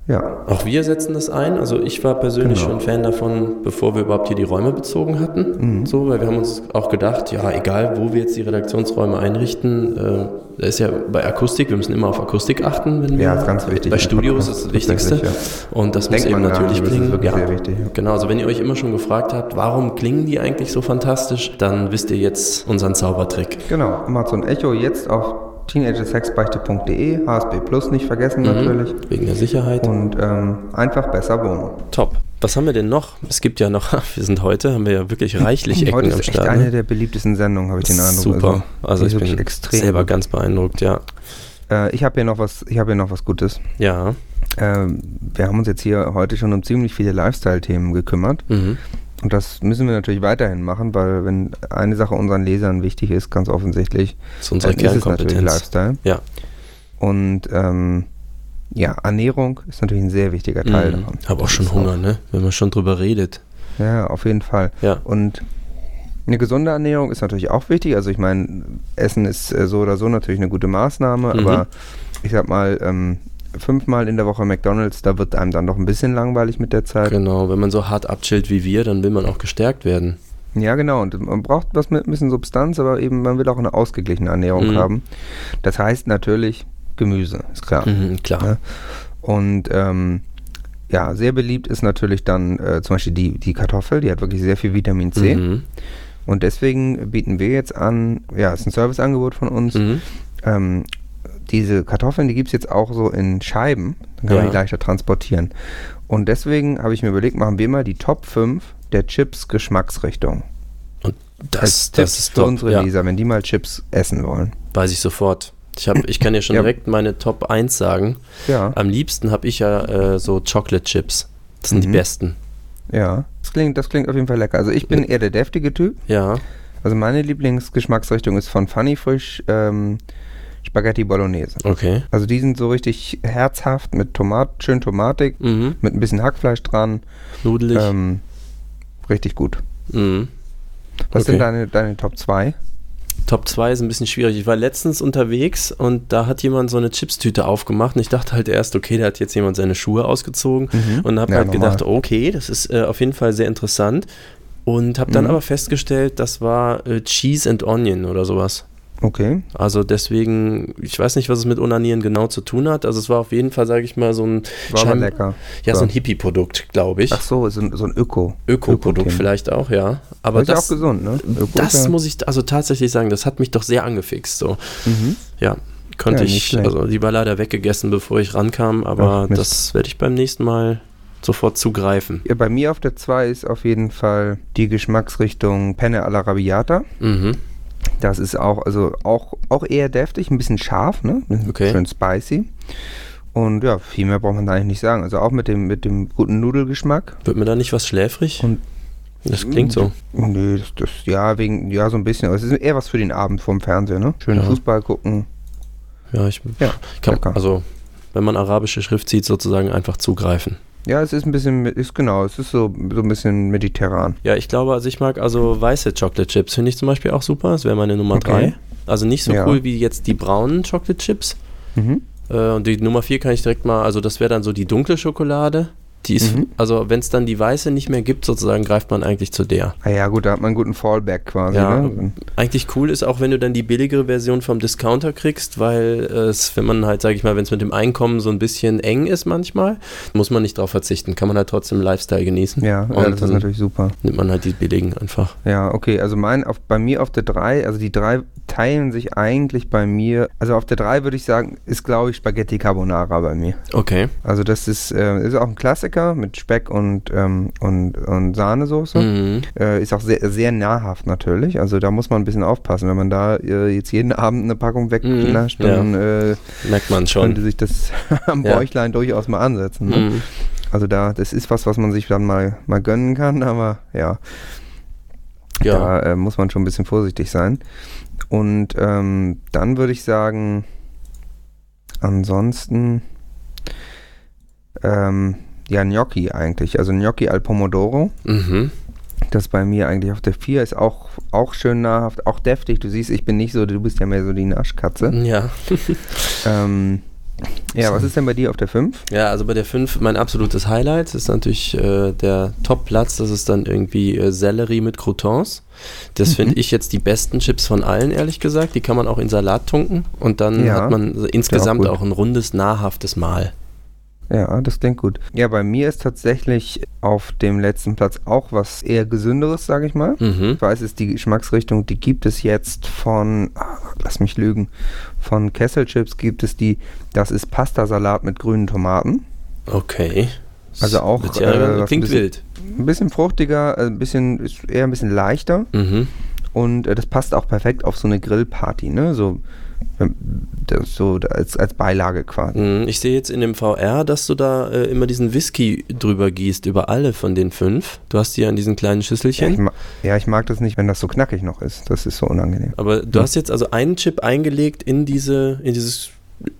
ja,
Auch wir setzen das ein. Also ich war persönlich
Genau.
schon Fan davon, bevor wir überhaupt hier die Räume bezogen
Mhm.
hatten. So, weil wir haben uns auch gedacht, ja, egal wo wir jetzt die Redaktionsräume einrichten, äh, da ist ja bei Akustik, wir müssen immer auf Akustik achten, wenn wir
Ja, ist ganz wichtig.
Bei Studios ist das Wichtigste.
Tatsächlich,
Und das
Denkt
muss eben
man gar nicht,
natürlich
aber es ist
klingen.
wirklich sehr wichtig, ja.
Genau, also wenn ihr euch immer schon gefragt habt, warum klingen die eigentlich so fantastisch, dann wisst ihr jetzt unseren Zaubertrick.
genau. Amazon Echo jetzt auf teenagersexbeichte.de, HSB Plus nicht
Mhm.
vergessen natürlich.
Wegen der Sicherheit.
Und ähm, einfach besser wohnen.
Top. Was haben wir denn noch? Es gibt ja noch, wir sind heute, haben wir ja wirklich reichlich Ecken
Heute
am
ist echt
Start.
eine
ne?
der beliebtesten Sendungen, habe ich den Eindruck.
Super. Also,
die ist
ich
wirklich
bin selber ganz beeindruckt, ja.
Äh, ich habe hier noch was, ich habe hier noch was Gutes.
Ja.
Ähm, wir haben uns jetzt hier heute schon um ziemlich viele Lifestyle-Themen gekümmert.
Mhm.
Und das müssen wir natürlich weiterhin machen, weil wenn eine Sache unseren Lesern wichtig ist, ganz offensichtlich,
Das ist unsere
dann ist es natürlich
Kernkompetenz.
Lifestyle.
Ja.
Und ähm, ja, Ernährung ist natürlich ein sehr wichtiger Teil
Mhm.
davon.
Hab auch schon Hunger, ne? Wenn man schon drüber redet.
Ja, auf jeden Fall.
Ja.
Und eine gesunde Ernährung ist natürlich auch wichtig. Also ich meine, Essen ist äh, so oder so natürlich eine gute Maßnahme,
Mhm.
aber ich sag mal, ähm, fünfmal in der Woche McDonalds, da wird einem dann doch ein bisschen langweilig mit der Zeit.
Genau, wenn man so hart abchillt wie wir, dann will man auch gestärkt werden.
Ja, genau. Und man braucht was mit ein bisschen Substanz, aber eben man will auch eine ausgeglichene Ernährung
Mhm.
haben. Das heißt natürlich Gemüse, ist klar.
Mhm, klar.
Ja. Und ähm, ja, sehr beliebt ist natürlich dann äh, zum Beispiel die, die Kartoffel, die hat wirklich sehr viel Vitamin C.
Mhm.
Und deswegen bieten wir jetzt an, ja, es ist ein Serviceangebot von uns.
Mhm.
Ähm, diese Kartoffeln, die gibt es jetzt auch so in Scheiben, dann kann
Ja.
man die leichter transportieren. Und deswegen habe ich mir überlegt, machen wir mal die Top 5 der Chips-Geschmacksrichtung.
Und
Als
das,
Tipps
das ist
für
top.
unsere
ja.
Leser, wenn die mal Chips essen wollen.
Weiß ich sofort. Ich, hab, ich kann ja schon
Ja.
direkt meine Top 1 sagen.
Ja,
Am liebsten habe ich ja äh, so Chocolate Chips. Das sind die
Mhm.
besten.
ja. Das klingt, das klingt auf jeden Fall lecker. Also ich bin eher der deftige Typ.
Ja.
Also meine Lieblingsgeschmacksrichtung ist von Funny Frisch ähm, Spaghetti Bolognese.
Okay.
Also die sind so richtig herzhaft mit Tomat, schön Tomatik,
Mhm.
mit ein bisschen Hackfleisch dran.
Nudelig.
Ähm, richtig gut.
Mhm.
Was
Okay.
sind deine, deine Top 2?
Top 2 ist ein bisschen schwierig. Ich war letztens unterwegs und da hat jemand so eine Chipstüte aufgemacht und ich dachte halt erst, okay, da hat jetzt jemand seine Schuhe ausgezogen und habe
Mhm. Ja,
halt
normal.
gedacht, okay, das ist äh, auf jeden Fall sehr interessant und habe dann
Mhm.
aber festgestellt, das war äh, Cheese and Onion oder sowas.
Okay.
Also deswegen, ich weiß nicht, was es mit Onanieren genau zu tun hat. Also es war auf jeden Fall, sage ich mal, so ein
War aber
schein-
lecker.
Ja, so
So.
ein Hippie-Produkt, glaube ich.
Ach so, so, ein- so ein Öko.
Ökoprodukt
Öko-Thema.
vielleicht auch, ja. Aber
Aber ist ja
das,
auch gesund, ne? Öko ist
das
ja-
muss ich also tatsächlich sagen, das hat mich doch sehr angefixt. So. Ja, konnte
Mhm. Ja, nicht
ich,
schlecht.
also die war leider weggegessen, bevor ich rankam, aber
Ach, Mist.
das werde ich beim nächsten Mal sofort zugreifen.
Ja, bei mir auf der 2 ist auf jeden Fall die Geschmacksrichtung Penne alla Rabbiata.
Mhm.
Das ist auch, also auch, auch eher deftig, ein bisschen scharf, ne?
Okay.
Schön spicy. Und ja, viel mehr braucht man da eigentlich nicht sagen. Also auch mit dem, mit dem guten Nudelgeschmack.
Wird mir da nicht was schläfrig?
Und-
das klingt so.
Nö, das, das, ja, wegen, ja, so ein bisschen. Aber es ist eher was für den Abend vorm Fernseher, ne? Schön
Ja.
Fußball gucken.
Ja, ich
Ja,
kann,
lecker.
also wenn man arabische Schrift sieht, sozusagen einfach zugreifen.
Ja, es ist ein bisschen, ist genau, es ist so, so ein bisschen mediterran.
Ja, ich glaube, also ich mag also weiße Chocolate Chips, finde ich zum Beispiel auch super. Das wäre meine Nummer drei.
Okay.
Also nicht so
Ja.
cool wie jetzt die braunen Chocolate Chips.
Mhm.
Äh, und die Nummer vier kann ich direkt mal, also das wäre dann so die dunkle Schokolade. Die ist,
Mhm.
also wenn es dann die weiße nicht mehr gibt, sozusagen, greift man eigentlich zu der.
Ah ja, gut, da hat man einen guten Fallback quasi,
Ja.
ne?
Eigentlich cool ist auch, wenn du dann die billigere Version vom Discounter kriegst, weil es, wenn man halt, sage ich mal, wenn es mit dem Einkommen so ein bisschen eng ist manchmal, muss man nicht drauf verzichten. Kann man halt trotzdem Lifestyle genießen.
Ja,
und
ja, das ist
dann
natürlich super.
nimmt man halt die billigen einfach.
Ja, okay, also mein, auf, bei mir auf der 3, also die drei teilen sich eigentlich bei mir, also auf der 3 würde ich sagen, ist glaube ich Spaghetti Carbonara bei mir.
Okay.
Also das ist, äh, ist auch ein Klassiker mit Speck und, ähm, und, und Sahnesoße.
Mhm.
Äh, ist auch sehr, sehr nahrhaft natürlich, also da muss man ein bisschen aufpassen, wenn man da äh, jetzt jeden Abend eine Packung wegknascht,
Mhm, ja.
dann äh,
Merkt man
könnte
schon.
sich das am
Ja.
Bäuchlein durchaus mal ansetzen. Ne?
Mhm.
Also da, das ist was, was man sich dann mal, mal gönnen kann, aber ja,
Ja.
da äh, muss man schon ein bisschen vorsichtig sein. Und ähm, dann würde ich sagen, ansonsten, ähm, ja, Gnocchi eigentlich. Also Gnocchi al Pomodoro,
Mhm.
das bei mir eigentlich auf der 4 ist auch, auch schön nahrhaft, auch deftig. Du siehst, ich bin nicht so, du bist ja mehr so die Naschkatze.
Ja.
Ähm, ja, was ist denn bei dir auf der 5?
Ja, also bei der 5, mein absolutes Highlight ist natürlich äh, der Top-Platz. Das ist dann irgendwie äh, Sellerie mit Croutons. Das finde
Mhm.
ich jetzt die besten Chips von allen, ehrlich gesagt. Die kann man auch in Salat tunken und dann
Ja,
hat man insgesamt
gut.
auch ein rundes, nahrhaftes Mahl.
Ja, das klingt gut. Ja, bei mir ist tatsächlich auf dem letzten Platz auch was eher gesünderes, sage ich mal.
Mhm.
Ich weiß, es ist die Geschmacksrichtung, die gibt es jetzt von, ah, lass mich lügen, von Kesselchips gibt es die, das ist Pastasalat mit grünen Tomaten.
Okay.
Also auch,
Wird ja,
äh, was ein
klingt
bisschen-
wild.
Ein bisschen fruchtiger, äh, ein bisschen, ist eher ein bisschen leichter
Mhm.
und äh, das passt auch perfekt auf so eine Grillparty, ne? So, ähm, das, so als, als Beilage quasi.
Mhm, Ich sehe jetzt in dem VR, dass du da äh, immer diesen Whisky drüber gießt, über alle von den fünf. Du hast die ja in diesen kleinen
Ja ich,
Schüsselchen.
ma ja, ich mag das nicht, wenn das so knackig noch ist. Das ist so unangenehm.
Aber du hast jetzt also einen Chip eingelegt in diese, in dieses,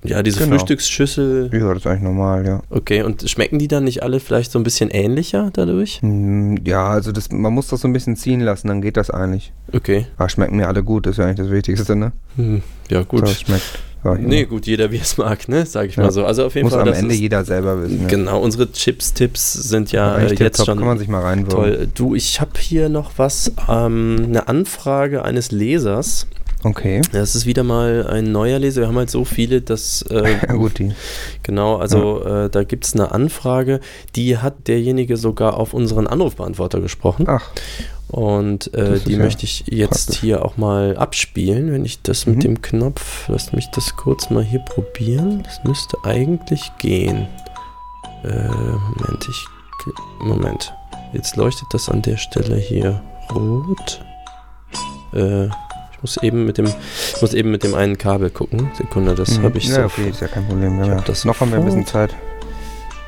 ja, diese
Genau.
Frühstücksschüssel.
Ja, das ist eigentlich normal, ja.
Okay, und schmecken die dann nicht alle vielleicht so ein bisschen ähnlicher dadurch?
Hm, Ja, also das, man muss das so ein bisschen ziehen lassen, dann geht das eigentlich.
Okay.
Ah, schmecken mir alle gut, das ist ja eigentlich das Wichtigste, ne?
Hm. Ja, gut.
So, es schmeckt. Ja,
nee,
nee,
gut, jeder wie es mag, ne? Sag ich mal
Ja.
so. Also auf jeden
muss
Fall.
am
das
Ende
ist,
jeder selber wissen. ja.
genau, unsere Chips-Tipps sind ja
Aber
äh,
echt
jetzt
tipptopp,
schon
kann man sich mal reinwürgen.
toll. Du, ich habe hier noch was, ähm, eine Anfrage eines Lesers.
Okay.
Das ist wieder mal ein neuer Leser. Wir haben halt so viele, dass äh,
Ja, gut, die.
Genau, also äh, da gibt es eine Anfrage, die hat derjenige sogar auf unseren Anrufbeantworter gesprochen.
Ach,
Und
Ah. Das
äh,
ist
die
ja
möchte ich jetzt
praktisch.
hier auch mal abspielen, wenn ich das
Mhm.
mit dem Knopf, lasst mich das kurz mal hier probieren. Das müsste eigentlich gehen. Äh, Moment, ich. kli- Moment. Jetzt leuchtet das an der Stelle hier rot. Äh, ich muss eben mit dem. Ich muss eben mit dem einen Kabel gucken. Sekunde, das
mhm.
habe ich
ja,
so.
okay, ist ja kein Problem. Ja,
Ich
ja.
hab das
Noch haben wir ein bisschen Zeit.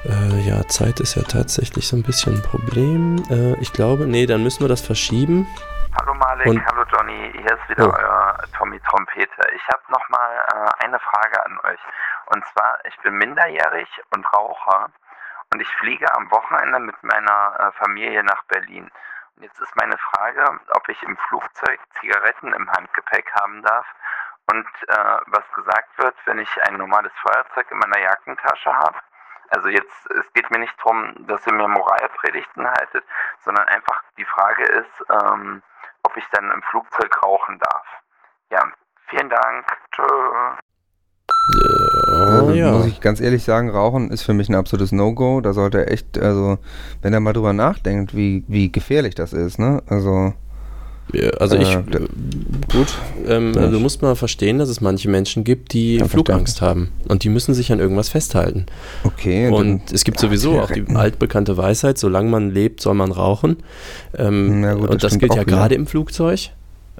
Äh, ja, Zeit ist ja tatsächlich so ein bisschen ein Problem. Äh, ich glaube, nee, dann müssen wir das verschieben.
Hallo Malik,
Und-
hallo Johnny, hier ist wieder
Oh.
euer Tommy Trompete. Ich habe nochmal äh, eine Frage an euch. Und zwar, ich bin minderjährig und Raucher und ich fliege am Wochenende mit meiner äh, Familie nach Berlin. Und jetzt ist meine Frage, ob ich im Flugzeug Zigaretten im Handgepäck haben darf und äh, was gesagt wird, wenn ich ein normales Feuerzeug in meiner Jackentasche habe. Also jetzt, es geht mir nicht darum, dass ihr mir Moralpredigten haltet, sondern einfach die Frage ist, ähm, ob ich dann im Flugzeug rauchen darf. Ja, vielen Dank. Tschö.
Äh, oh
Also,
ja.
Muss ich ganz ehrlich sagen, Rauchen ist für mich ein absolutes No-Go. Da sollte er echt, also, wenn er mal drüber nachdenkt, wie, wie gefährlich das ist, ne? Also,
Ja, Also ich,
Äh, d-
gut, ähm,
Ja,
du
ich-
musst mal verstehen, dass es manche Menschen gibt, die
Ja,
Flugangst haben und die müssen sich an irgendwas festhalten.
Okay.
Und es gibt sowieso auch die altbekannte Weisheit, solange man lebt, soll man rauchen. Ähm,
Na gut, das
und das
stimmt
gilt
auch
ja
wieder.
gerade im Flugzeug.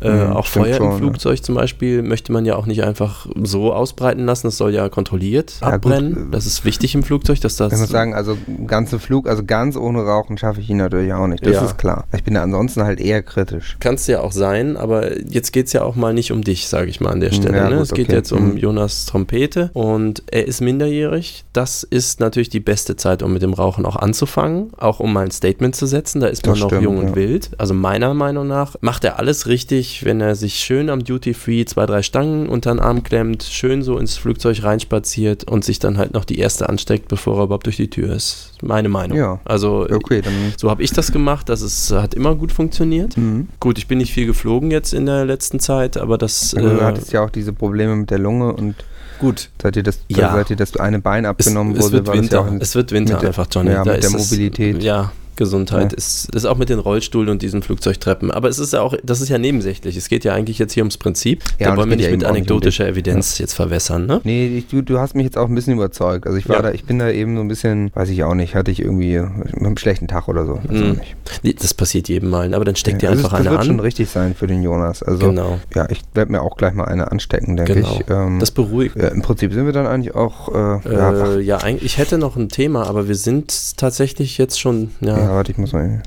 Äh,
Mhm,
auch
stimmt
Feuer
schon,
im
ja.
Flugzeug zum Beispiel möchte man ja auch nicht einfach so ausbreiten lassen. Das soll ja kontrolliert
Ja, gut,
abbrennen.
äh,
das ist wichtig im Flugzeug, dass das.
Ich muss sagen, also ganze Flug, also ganz ohne Rauchen schaffe ich ihn natürlich auch nicht. Das
Ja.
ist klar. Ich bin da ansonsten halt eher kritisch.
Kannst ja auch sein, aber jetzt geht es ja auch mal nicht um dich, sage ich mal an der Stelle.
Ja,
ne?
gut,
es geht
okay.
jetzt um
Mhm.
Jonas Trompete und er ist minderjährig. Das ist natürlich die beste Zeit, um mit dem Rauchen auch anzufangen, auch um mal ein Statement zu setzen. Da ist
Das
man noch
stimmt,
jung und
ja.
wild. Also meiner Meinung nach macht er alles richtig, wenn er sich schön am Duty Free zwei, drei Stangen unter den Arm klemmt, schön so ins Flugzeug reinspaziert und sich dann halt noch die erste ansteckt, bevor er überhaupt durch die Tür ist. Meine Meinung.
Ja.
Also
Okay, dann.
so habe ich das gemacht. Das ist, hat immer gut funktioniert.
Mhm.
Gut, ich bin nicht viel geflogen jetzt in der letzten Zeit, aber das
Also, du
äh,
hattest ja auch diese Probleme mit der Lunge und
gut.
seit dir das,
Ja.
seit dir das eine Bein
Es,
abgenommen
es
wurde,
wird
war das ja auch
Winter.
ein,
Es wird Winter
mit der-
einfach, Johnny.
ja,
Da
mit
ist
der
es-
Mobilität.
ja, Gesundheit
Ja.
ist das ist auch mit den Rollstuhl und diesen Flugzeugtreppen. Aber es ist ja auch, das ist ja nebensächlich. Es geht ja eigentlich jetzt hier ums Prinzip.
Ja, und
da
es
wollen
geht
wir nicht
ja
mit
eben auch nicht um
anekdotischer Evidenz jetzt verwässern, ne?
Nee, ich, du, du hast mich jetzt auch ein bisschen überzeugt. Also ich war
Ja.
da, ich bin da eben so ein bisschen, weiß ich auch nicht, hatte ich irgendwie einen schlechten Tag oder so. Weiß
Mhm.
auch nicht. Also
Nee, Das passiert jedem mal, aber dann steckt dir
das
einfach
ist, das
eine
wird schon
an.
richtig sein für den Jonas. Also
Genau.
ja, ich werde mir auch gleich mal eine anstecken, denke
Genau.
ich. Ähm,
Das beruhigt.
ja, Im Prinzip sind wir dann eigentlich auch, äh,
Äh,
ja,
ja,
ach,
eigentlich, ich hätte noch ein Thema, aber wir sind tatsächlich jetzt schon,
ja, warte, ich muss mal.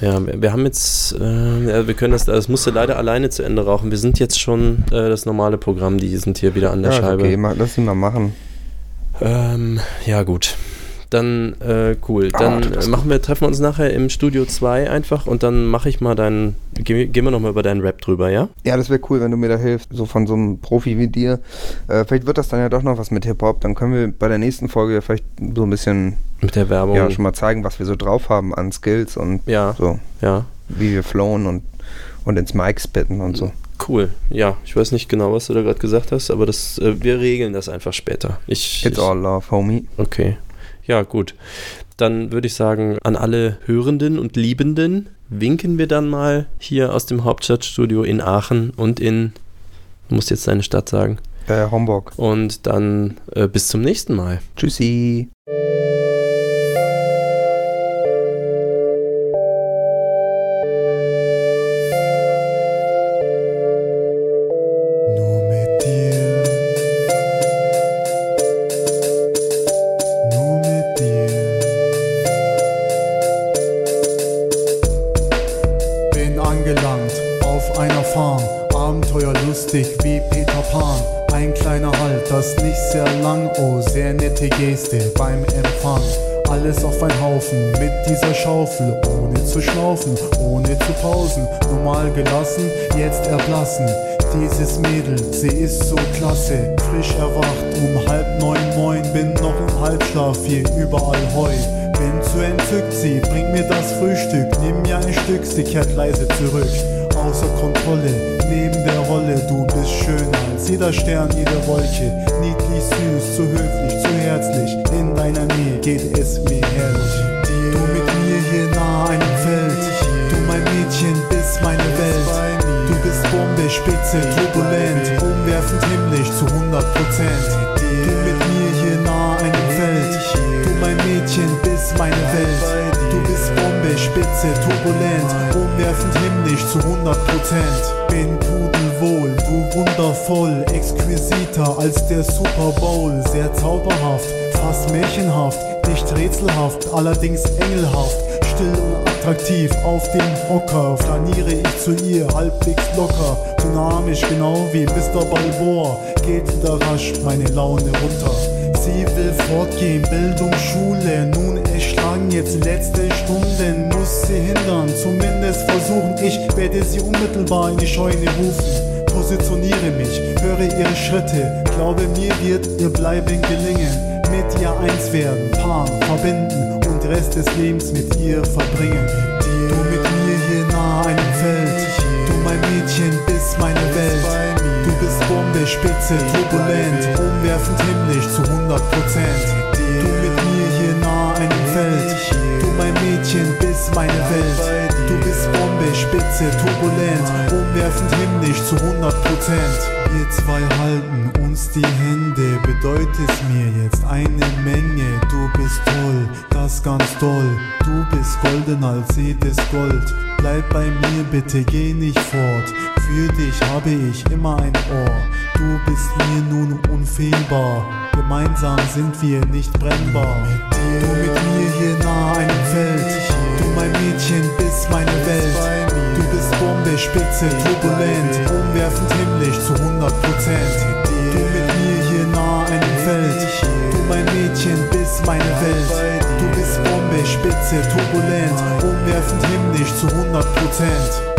Ja, wir wir haben jetzt, äh, ja, wir können das, das musste leider alleine zu Ende rauchen. Wir sind jetzt schon äh, das normale Programm, die sind hier wieder an
Ja,
der
ist
Scheibe.
okay, mach, lass ihn mal machen.
Ähm, ja, gut. Dann, äh, cool.
Ah,
Dann
das ist
äh, machen wir, treffen wir uns nachher im Studio 2 einfach und dann mache ich mal deinen, gehen gehen wir nochmal über deinen Rap drüber, ja?
Ja, das wäre cool, wenn du mir da hilfst, so von so einem Profi wie dir. Äh, vielleicht wird das dann ja doch noch was mit Hip-Hop. Dann können wir bei der nächsten Folge vielleicht so ein bisschen
Mit der Werbung.
ja, schon mal zeigen, was wir so drauf haben an Skills und
Oh. Ja.
so,
ja.
wie wir flown und, und ins Mic spitten und so.
Cool. Ja, ich weiß nicht genau, was du da gerade gesagt hast, aber das, äh, wir regeln das einfach später. Ich,
It's
ich,
all love, homie.
Okay. Ja, gut. Dann würde ich sagen, an alle Hörenden und Liebenden winken wir dann mal hier aus dem Hauptstadtstudio in Aachen und in, du musst jetzt deine Stadt sagen.
Äh, Homburg.
Und dann äh, bis zum nächsten Mal.
Tschüssi.
Nur mit dir. Nur mit dir. Bin angelangt auf einer Farm. Abenteuerlustig wie Peter Pan. Ein kleiner Halt, das nicht sehr lang. Oh, sehr nette Geste beim Empfang. Alles auf ein Haufen mit dieser Schaufel, ohne zu schnaufen, ohne zu pausen. Normal gelassen, jetzt erblassen. Dieses Mädel, sie ist so klasse, frisch erwacht um halb neun, neun, bin noch im Halbschlaf, hier überall Heu. Bin zu entzückt, sie bringt mir das Frühstück, nimm mir ein Stück, sie kehrt leise zurück. Außer Kontrolle, neben der Rolle, du bist schöner als jeder Stern, jede Wolke. Niedlich, süß, zu höflich, zu herzlich, in deiner Nähe geht es mir herrlich. Du mit mir hier nahe einem Feld, du mein Mädchen bist meine Welt. Du bist Bombe, Spitze, turbulent, umwerfend himmlisch zu 100 Prozent. Du mit mir hier nahe einem Feld, du mein Mädchen bist meine Welt. Du bist Bombe, Spitze, turbulent, umwerfend himmlisch zu 100 Prozent. Bin pudelwohl, du wundervoll, exquisiter als der Super Bowl, sehr zauberhaft, fast märchenhaft, nicht rätselhaft, allerdings engelhaft still und attraktiv auf dem Hocker flaniere ich zu ihr halbwegs locker dynamisch genau wie Mr. Balboa geht wieder rasch meine Laune runter sie will fortgehen Bildung Schule nun erschlagen jetzt letzte Stunden muss sie hindern zumindest versuchen ich werde sie unmittelbar in die Scheune rufen Positioniere mich, höre ihre Schritte, glaube mir wird ihr Bleiben gelingen. Mit ihr eins werden, Paar verbinden und Rest des Lebens mit ihr verbringen. Du mit mir hier nahe einem Feld, du mein Mädchen bist meine Welt. Du bist Bombe, Spitze, turbulent, umwerfend himmlisch zu 100 Prozent. Du mit mir hier nahe einem Feld, du mein Mädchen bist meine Welt. Du bist Bombe, Spitze, Spitze, turbulent, umwerfend himmlisch zu 100 Prozent. Wir zwei halten uns die Hände, bedeutet mir jetzt eine Menge. Du bist toll, das ganz toll. Du bist golden als jedes Gold. Bleib bei mir, bitte geh nicht fort. Für dich habe ich immer ein Ohr. Du bist mir nun unfehlbar. Gemeinsam sind wir nicht brennbar. Du mit mir hier nah einem Feld. Du mein Mädchen bist meine Welt. Du bist Bombe, Spitze, turbulent. Umwerfend himmlisch zu 100 Prozent. Du mit mir hier nah einem Feld. Du mein Mädchen bist meine Welt. Du bist Bombe, Spitze, turbulent. Umwerfend himmlisch zu 100 Prozent.